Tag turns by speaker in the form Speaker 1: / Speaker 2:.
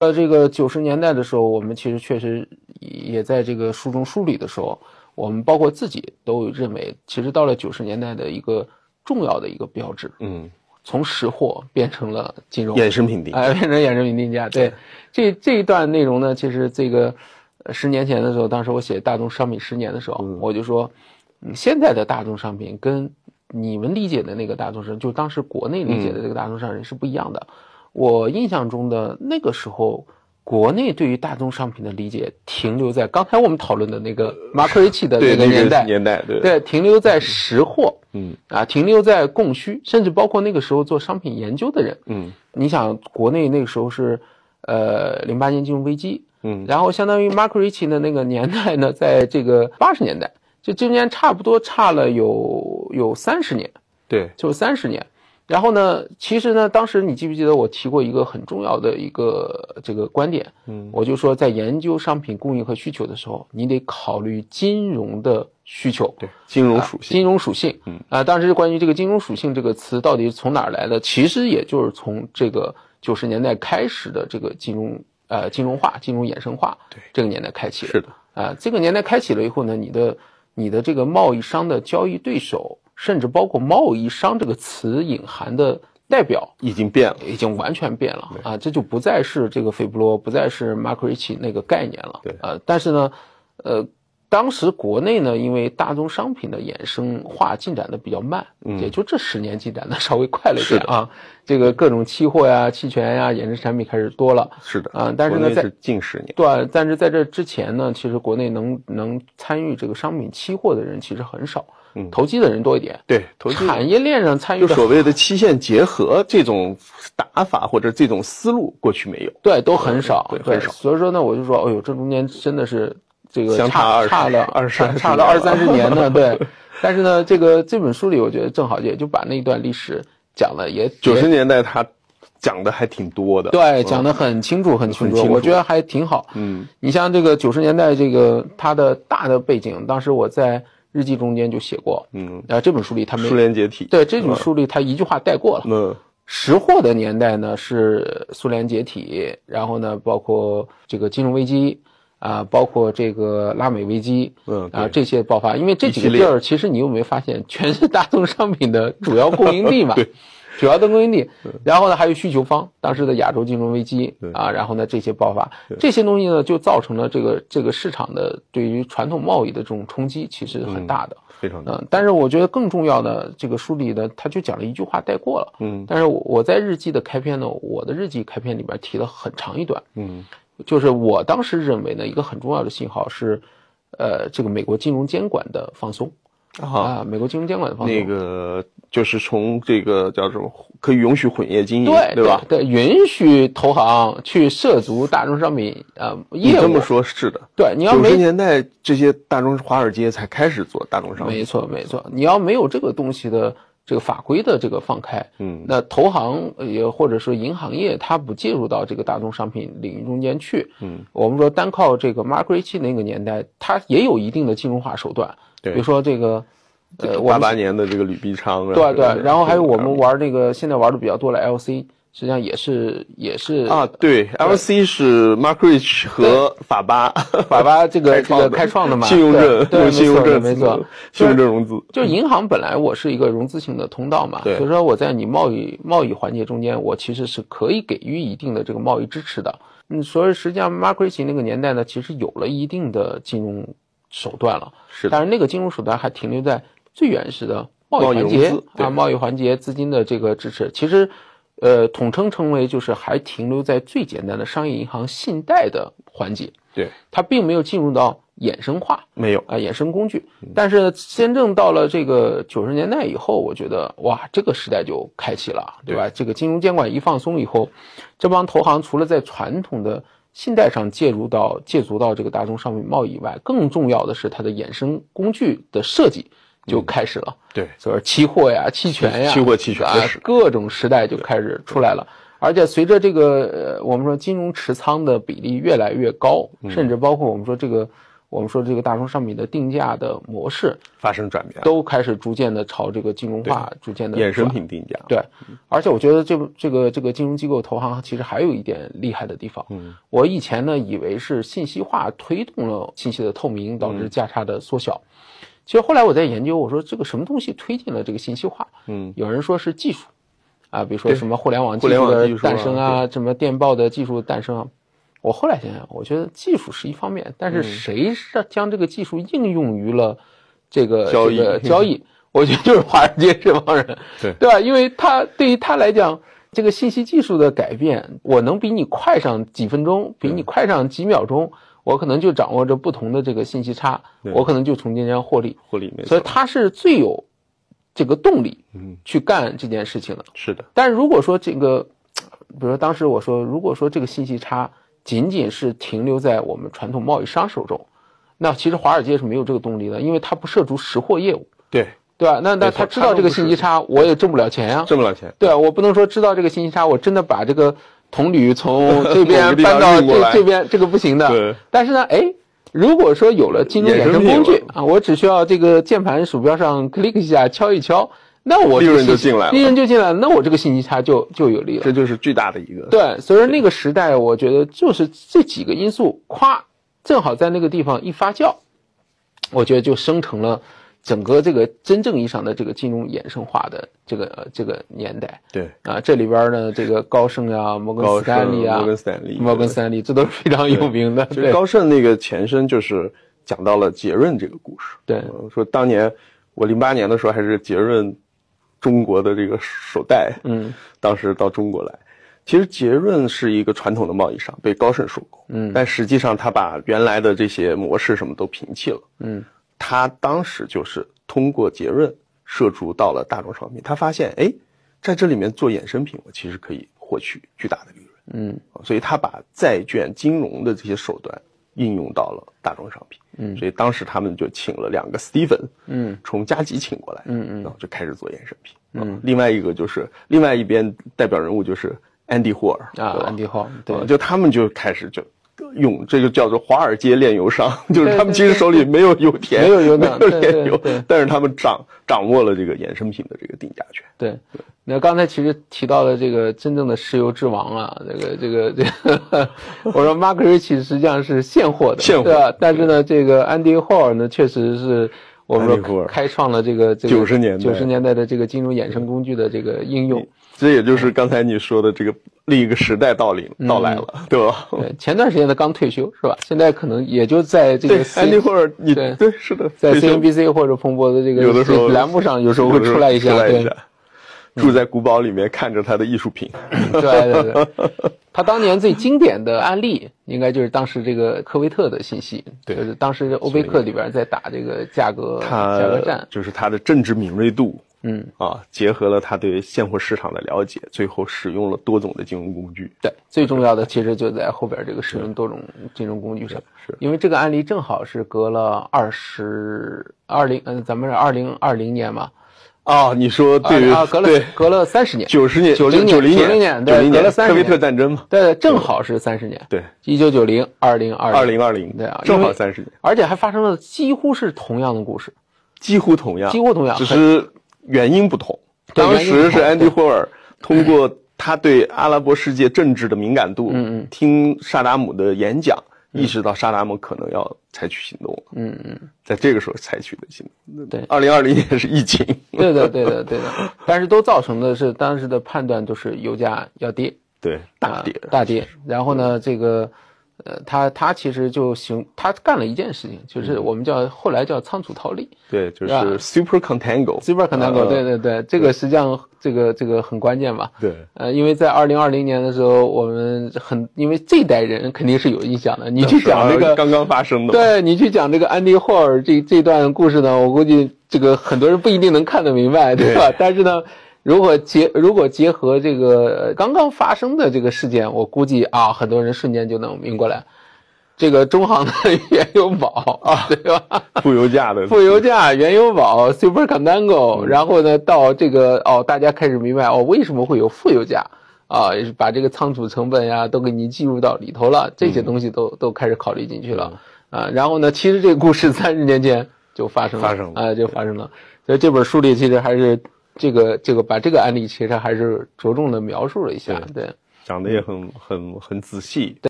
Speaker 1: 在这个九十年代的时候，我们其实确实也在这个书中梳理的时候，我们包括自己都认为，其实到了九十年代的一个重要的一个标志，
Speaker 2: 嗯，
Speaker 1: 从识货变成了金融，
Speaker 2: 衍生品定价，
Speaker 1: 哎，变成衍生品定价。对，这这一段内容呢，其实这个呃十年前的时候，当时我写大宗商品十年的时候，我就说，嗯现在的大宗商品跟你们理解的那个大宗商品，就当时国内理解
Speaker 2: 嗯
Speaker 1: 的这个大宗商品是不一样的。我印象中的那个时候。国内对于大宗商品的理解停留在刚才我们讨论的那个马克瑞奇的那
Speaker 2: 对
Speaker 1: 个年代，
Speaker 2: 年代，对，
Speaker 1: 对，停留在识货，
Speaker 2: 嗯
Speaker 1: 啊，停留在供需，甚至包括那个时候做商品研究的人，
Speaker 2: 嗯
Speaker 1: 你想国内那个时候是，呃，零八年金融危机，
Speaker 2: 嗯
Speaker 1: 然后相当于 Mark Ricci 的那个年代呢，在这个八十年代，就中间差不多差了有有三十年，
Speaker 2: 对，
Speaker 1: 就是三十年。然后呢，其实呢，当时你记不记得我提过一个很重要的一个这个观点，
Speaker 2: 嗯
Speaker 1: 我就说，在研究商品供应和需求的时候，你得考虑金融的需求，
Speaker 2: 对，金融
Speaker 1: 啊
Speaker 2: 属性，
Speaker 1: 金融属性，
Speaker 2: 嗯
Speaker 1: 啊，当时关于这个金融属性这个词到底是从哪儿来的，其实也就是从这个九十年代开始的这个金融呃金融化、金融衍生化
Speaker 2: 对
Speaker 1: 这个年代开启的。
Speaker 2: 是的，
Speaker 1: 啊，这个年代开启了以后呢，你的你的这个贸易商的交易对手，甚至包括贸易商这个词隐含的代表，
Speaker 2: 已经变了，
Speaker 1: 已经完全变了啊，这就不再是这个斐波罗，不再是马克里奇那个概念了。
Speaker 2: 对
Speaker 1: 呃，但是呢，呃，当时国内呢，因为大宗商品的衍生化进展的比较慢，
Speaker 2: 嗯
Speaker 1: 也就这十年进展的稍微快了一
Speaker 2: 是
Speaker 1: 点
Speaker 2: 的
Speaker 1: 啊。这个各种期货呀、期权呀、衍生产品开始多了。
Speaker 2: 是的，
Speaker 1: 啊但是呢
Speaker 2: 国内
Speaker 1: 在
Speaker 2: 是近十年，
Speaker 1: 对，但是在这之前呢，其实国内能能参与这个商品期货的人其实很少，
Speaker 2: 嗯
Speaker 1: 投机的人多一点。
Speaker 2: 对，投资
Speaker 1: 产业链上参与
Speaker 2: 就
Speaker 1: 的
Speaker 2: 所谓的期限结合这种打法或者这种思路，过去没有。
Speaker 1: 对，都很少，
Speaker 2: 对很少
Speaker 1: 所以说呢，我就说，哎呦，这中间真的是这个
Speaker 2: 相差
Speaker 1: 差差
Speaker 2: 20
Speaker 1: 了
Speaker 2: 20
Speaker 1: 差
Speaker 2: 30
Speaker 1: 差了
Speaker 2: 年
Speaker 1: 二
Speaker 2: 了
Speaker 1: 三十年 呢，对。但是呢，这个这本书里，我觉得正好也就把那一段历史讲了，也
Speaker 2: 九
Speaker 1: 也
Speaker 2: 十年代他讲的还挺多的，
Speaker 1: 对讲的很清楚，很清
Speaker 2: 很
Speaker 1: 楚，
Speaker 2: 清
Speaker 1: 我
Speaker 2: 楚
Speaker 1: 觉得还挺好。
Speaker 2: 嗯，
Speaker 1: 你像这个九十年代这个它的大的背景，当时我在日记中间就写过，
Speaker 2: 嗯，
Speaker 1: 啊，这本书里他没
Speaker 2: 苏联解体，
Speaker 1: 对这本书里他一句话带过了，
Speaker 2: 嗯，
Speaker 1: 识货的年代呢是苏联解体，然后呢包括这个金融危机啊、包括这个拉美危机，
Speaker 2: 嗯
Speaker 1: 啊、
Speaker 2: 对
Speaker 1: 这些爆发，因为这几个
Speaker 2: 一
Speaker 1: 地
Speaker 2: 系列
Speaker 1: 儿其实你有没有发现全是大宗商品的主要供应 地嘛？对。主要的供应地，然后呢，还有需求方，当时的亚洲金融危机
Speaker 2: 嗯对
Speaker 1: 啊，然后呢，这些爆发，这些东西呢，就造成了这个这个市场的对于传统贸易的这种冲击，其实很大的。
Speaker 2: 非常多，
Speaker 1: 嗯，但是我觉得更重要的这个书里呢，他就讲了一句话带过了。
Speaker 2: 嗯
Speaker 1: 但是我我在日记的开篇呢，我的日记开篇里边提了很长一段，
Speaker 2: 嗯
Speaker 1: 就是我当时认为呢，一个很重要的信号是，呃，这个美国金融监管的放松
Speaker 2: 啊，
Speaker 1: 啊、美国金融监管的放松，
Speaker 2: 那个就是从这个叫什么，可以允许混业经营，
Speaker 1: 对
Speaker 2: 对吧？
Speaker 1: 对，允许投行去涉足大宗商品呃
Speaker 2: 你
Speaker 1: 业务。
Speaker 2: 这么说，是的，
Speaker 1: 对，你要
Speaker 2: 九
Speaker 1: 没
Speaker 2: 十年代这些大众华尔街才开始做大众商品，
Speaker 1: 没错，没错。你要没有这个东西的这个法规的这个放开，
Speaker 2: 嗯
Speaker 1: 那投行呃也或者说银行业，它不介入到这个大宗商品领域中间去。
Speaker 2: 嗯，
Speaker 1: 我们说单靠这个 Mark Ricci 那个年代，它也有一定的金融化手段，
Speaker 2: 对
Speaker 1: 比如说这个，呃，我
Speaker 2: 八
Speaker 1: 们
Speaker 2: 八年的这个吕碧昌，
Speaker 1: 对对，然后还有我
Speaker 2: 这
Speaker 1: 们
Speaker 2: 个
Speaker 1: 玩那个现在玩的比较多的 LC，实际上也是也是
Speaker 2: 啊，对，LC 是 Mark Rich 和法巴，
Speaker 1: 粑粑这个这
Speaker 2: 开创的
Speaker 1: 个开创的嘛，
Speaker 2: 信用证
Speaker 1: 对，
Speaker 2: 用信用
Speaker 1: 对
Speaker 2: 证嗯
Speaker 1: 没错的，没错。
Speaker 2: 信用证融资，
Speaker 1: 就银行本来我是一个融资性的通道嘛，
Speaker 2: 嗯对
Speaker 1: 所以说我在你贸易贸易环节中间，我其实是可以给予一定的这个贸易支持的。嗯，所以实际上 Mark Ricci 那个年代呢，其实有了一定的金融手段了，
Speaker 2: 是的
Speaker 1: 但是那个金融手段还停留在最原始的贸易环
Speaker 2: 贸易
Speaker 1: 节
Speaker 2: 融资对
Speaker 1: 啊，贸易环节资金的这个支持，其实。呃，统称称为就是还停留在最简单的商业银行信贷的环节，
Speaker 2: 对，
Speaker 1: 它并没有进入到衍生化，
Speaker 2: 没有，
Speaker 1: 啊，衍生工具。但是真正到了这个九十年代以后，我觉得哇，这个时代就开启了，对吧？这个金融监管一放松以后，这帮投行除了在传统的信贷上介入到借足到这个大宗商品贸易以外，更重要的是它的衍生工具的设计就开始了，
Speaker 2: 对，
Speaker 1: 就是期货呀、期权呀、
Speaker 2: 期货期权
Speaker 1: 啊
Speaker 2: 开始，
Speaker 1: 各种时代就开始出来了。而且随着这
Speaker 2: 嗯
Speaker 1: 个呃，我们说金融持仓的比例越来越高，甚至包括我们说这个我们说这个大众商品的定价的模式
Speaker 2: 发生转变，
Speaker 1: 都开始逐渐的朝这个金融化，逐渐的
Speaker 2: 衍生品定价，
Speaker 1: 对，而且我觉得这这个这个金融机构投行其实还有一点厉害的地方。
Speaker 2: 嗯，
Speaker 1: 我以前呢以为是信息化推动了信息的透明，导致价差的缩小。其实后来我在研究，我说这个什么东西推进了这个信息化？
Speaker 2: 嗯，
Speaker 1: 有人说是技术，啊，比如说
Speaker 2: 对
Speaker 1: 什么互联网
Speaker 2: 互
Speaker 1: 技
Speaker 2: 联
Speaker 1: 术
Speaker 2: 网
Speaker 1: 的
Speaker 2: 技术啊
Speaker 1: 诞生啊，什么电报的技术诞生啊。我后来想想，我觉得技术是一方面，但是
Speaker 2: 嗯
Speaker 1: 谁是将这个技术应用于了这个
Speaker 2: 交易
Speaker 1: 这个交易？我觉得就是华尔街这帮人，
Speaker 2: 对
Speaker 1: 对啊吧？因为他对于他来讲，这个信息技术的改变，我能比你快上几分钟，比你快上几秒钟，我可能就掌握着不同的这个信息差
Speaker 2: 对，
Speaker 1: 我可能就从中间获利。
Speaker 2: 获利没
Speaker 1: 所以
Speaker 2: 错，
Speaker 1: 他是最有这个动力
Speaker 2: 嗯，
Speaker 1: 去干这件事情的。
Speaker 2: 是的，
Speaker 1: 但如果说这个，比如说当时我说，如果说这个信息差仅仅是停留在我们传统贸易商手中，那其实华尔街是没有这个动力的，因为它不涉足实货业务，
Speaker 2: 对，
Speaker 1: 对吧？那
Speaker 2: 没
Speaker 1: 那
Speaker 2: 错
Speaker 1: 他知道这个信息差，我也挣不了钱呀、
Speaker 2: 挣不了钱，
Speaker 1: 对啊，我不能说知道这个信息差，我真的把这个铜铝从这边
Speaker 2: 某个地方
Speaker 1: 搬到
Speaker 2: 运过来
Speaker 1: 这这边，这个不行
Speaker 2: 对
Speaker 1: 的。但是呢，哎，如果说有了金融衍生工
Speaker 2: 衍生
Speaker 1: 具
Speaker 2: 品
Speaker 1: 啊，我只需要这个键盘鼠标上 click 一下，敲一敲，那我这个
Speaker 2: 利润就
Speaker 1: 信息
Speaker 2: 进来了
Speaker 1: 利润就进来了，那我这个信息差就就有利了。
Speaker 2: 这就是巨大的一个，
Speaker 1: 对，所以说那个时代，我觉得就是这几个因素，咵，正好在那个地方一发酵，我觉得就生成了整个这个真正意义上的这个金融衍生化的这个、呃这个年代。
Speaker 2: 对，
Speaker 1: 啊，这里边呢，这个高盛啊，摩根
Speaker 2: 高
Speaker 1: 斯坦
Speaker 2: 盛、
Speaker 1: 利啊，
Speaker 2: 摩根斯坦利、
Speaker 1: 摩根斯坦利，这都是非常有名的。
Speaker 2: 其实
Speaker 1: 对
Speaker 2: 高盛那个前身就是讲到了杰润这个故事。
Speaker 1: 对
Speaker 2: 呃说当年我零八年的时候还是杰润中国的这个首代，
Speaker 1: 嗯，
Speaker 2: 当时到中国来。其实杰润是一个传统的贸易商，被高盛收购，
Speaker 1: 嗯
Speaker 2: 但实际上他把原来的这些模式什么都摒弃了。
Speaker 1: 嗯
Speaker 2: 他当时就是通过杰润涉足到了大众商品，他发现，哎，在这里面做衍生品，我其实可以获取巨大的利润。
Speaker 1: 嗯
Speaker 2: 啊所以他把债券金融的这些手段应用到了大众商品。
Speaker 1: 嗯
Speaker 2: 所以当时他们就请了两个 Steven，
Speaker 1: 嗯，
Speaker 2: 从加急请过来，
Speaker 1: 嗯嗯
Speaker 2: 然后就开始做衍生品。嗯，另外一个就是另外一边代表人物就是 Andy 霍尔
Speaker 1: 啊，
Speaker 2: 对吧
Speaker 1: 安迪浩，对
Speaker 2: 啊就他们就开始就。用这个叫做华尔街炼油商， 就是
Speaker 1: 对
Speaker 2: 他们其实手里没有油田，
Speaker 1: 没有油
Speaker 2: 没
Speaker 1: 量
Speaker 2: 有炼油
Speaker 1: 对对对，
Speaker 2: 但是他们掌掌握了这个衍生品的这个定价权。
Speaker 1: 对。那刚才其实提到了这个真正的石油之王啊，这个这个这个， 我说马克瑞奇实际上是现货的，
Speaker 2: 现货
Speaker 1: 对吧？但是呢，这个安迪霍尔呢，确实是我们
Speaker 2: 安迪霍
Speaker 1: 说
Speaker 2: 尔
Speaker 1: 开创了这个这个
Speaker 2: 90年代
Speaker 1: 九十年代的这个金融衍生工具的这个应用。
Speaker 2: 这也就是刚才你说的这个另一个时代到
Speaker 1: 嗯
Speaker 2: 临到来了，对吧？
Speaker 1: 对，前段时间他刚退休是吧？现在可能也就在这
Speaker 2: 对
Speaker 1: 个，C-
Speaker 2: 安利或者你
Speaker 1: 对
Speaker 2: 对是的，
Speaker 1: 在
Speaker 2: 退休
Speaker 1: CNBC 或者彭博的这个
Speaker 2: 有的时候
Speaker 1: 栏目上，有时候会
Speaker 2: 有的时候
Speaker 1: 出来一下，
Speaker 2: 出来一
Speaker 1: 对嗯
Speaker 2: 下，住在古堡里面看着他的艺术品，
Speaker 1: 对对对。 他当年最经典的案例，应该就是当时这个科威特的信息，
Speaker 2: 对
Speaker 1: 就是当时欧佩克里边在打这个价格
Speaker 2: 他
Speaker 1: 价格战，
Speaker 2: 就是他的政治敏锐度
Speaker 1: 嗯，
Speaker 2: 啊，结合了他对现货市场的了解，最后使用了多种的金融工具。
Speaker 1: 对，最重要的其实就在后边这个使用多种金融工具上，
Speaker 2: 是
Speaker 1: 因为这个案例正好是隔了二十二零，嗯，咱们是二零二零年嘛，
Speaker 2: 啊，你说对于
Speaker 1: 啊，隔了
Speaker 2: 对
Speaker 1: 隔了三十年，
Speaker 2: 九十年
Speaker 1: 90
Speaker 2: 九
Speaker 1: 年
Speaker 2: 零
Speaker 1: 90
Speaker 2: 年
Speaker 1: 年对
Speaker 2: 零
Speaker 1: 隔了
Speaker 2: 年
Speaker 1: 30
Speaker 2: 科威特
Speaker 1: 年
Speaker 2: 战争嘛，
Speaker 1: 对，正好是三十年，
Speaker 2: 对，
Speaker 1: 一九九零二零二
Speaker 2: 二零二零
Speaker 1: 对啊，
Speaker 2: 正
Speaker 1: 因
Speaker 2: 好
Speaker 1: 为
Speaker 2: 三十年，
Speaker 1: 而且还发生了几乎是同样的故事，
Speaker 2: 几乎同样，
Speaker 1: 几乎同样
Speaker 2: 只啊是原因不同。
Speaker 1: 啊对
Speaker 2: 当
Speaker 1: 原因不
Speaker 2: 时
Speaker 1: 同
Speaker 2: 是安
Speaker 1: 对
Speaker 2: 迪
Speaker 1: 嗯
Speaker 2: 霍尔通过他对阿拉伯世界政治的敏感度，
Speaker 1: 嗯嗯
Speaker 2: 听萨达姆的演讲，意识到萨达姆可能要采取行动了，
Speaker 1: 嗯嗯。
Speaker 2: 在这个时候采取的行动。
Speaker 1: 对
Speaker 2: 二零二零年是疫情，
Speaker 1: 对的，对的，对 的。但是都造成的是当时的判断就是油价要跌，
Speaker 2: 对大
Speaker 1: 啊
Speaker 2: 跌，嗯
Speaker 1: 大跌。然后呢，这个，呃，他他其实就行，他干了一件事情，就是
Speaker 2: 嗯
Speaker 1: 我们叫后来叫仓储套利
Speaker 2: 对，就是
Speaker 1: 啊
Speaker 2: super contango，
Speaker 1: z i b e r c o n t a n g o
Speaker 2: 呃
Speaker 1: 对对对，这个实际上这个这个很关键吧。
Speaker 2: 对
Speaker 1: 呃，因为在二零二零年的时候，我们很因为这一代人肯定是有印象的。你去讲这个，
Speaker 2: 啊刚刚发生 的嘛，
Speaker 1: 对你去讲这个安迪霍尔这这段故事呢，我估计这个很多人不一定能看得明白，对吧？但是呢，如果结如果结合这个呃刚刚发生的这个事件，我估计啊，很多人瞬间就能明过来。这个中 航的原油宝啊，对吧？
Speaker 2: 负油价的，
Speaker 1: 负油价、原油宝、Super
Speaker 2: 嗯
Speaker 1: Contango，然后呢，到这个哦，大家开始明白哦，为什么会有负油价啊？也是
Speaker 2: 嗯
Speaker 1: 把这个仓储成本呀都给你计入到里头了，这些东西都、都开始考虑进去了。啊。然后呢，其实这个故事三十年前就发生了，
Speaker 2: 嗯发生了
Speaker 1: 啊、就发生了。所以这本书里其实还是这个这个把这个案例其实还是着重的描述了一下，对
Speaker 2: 讲的也很很很仔细，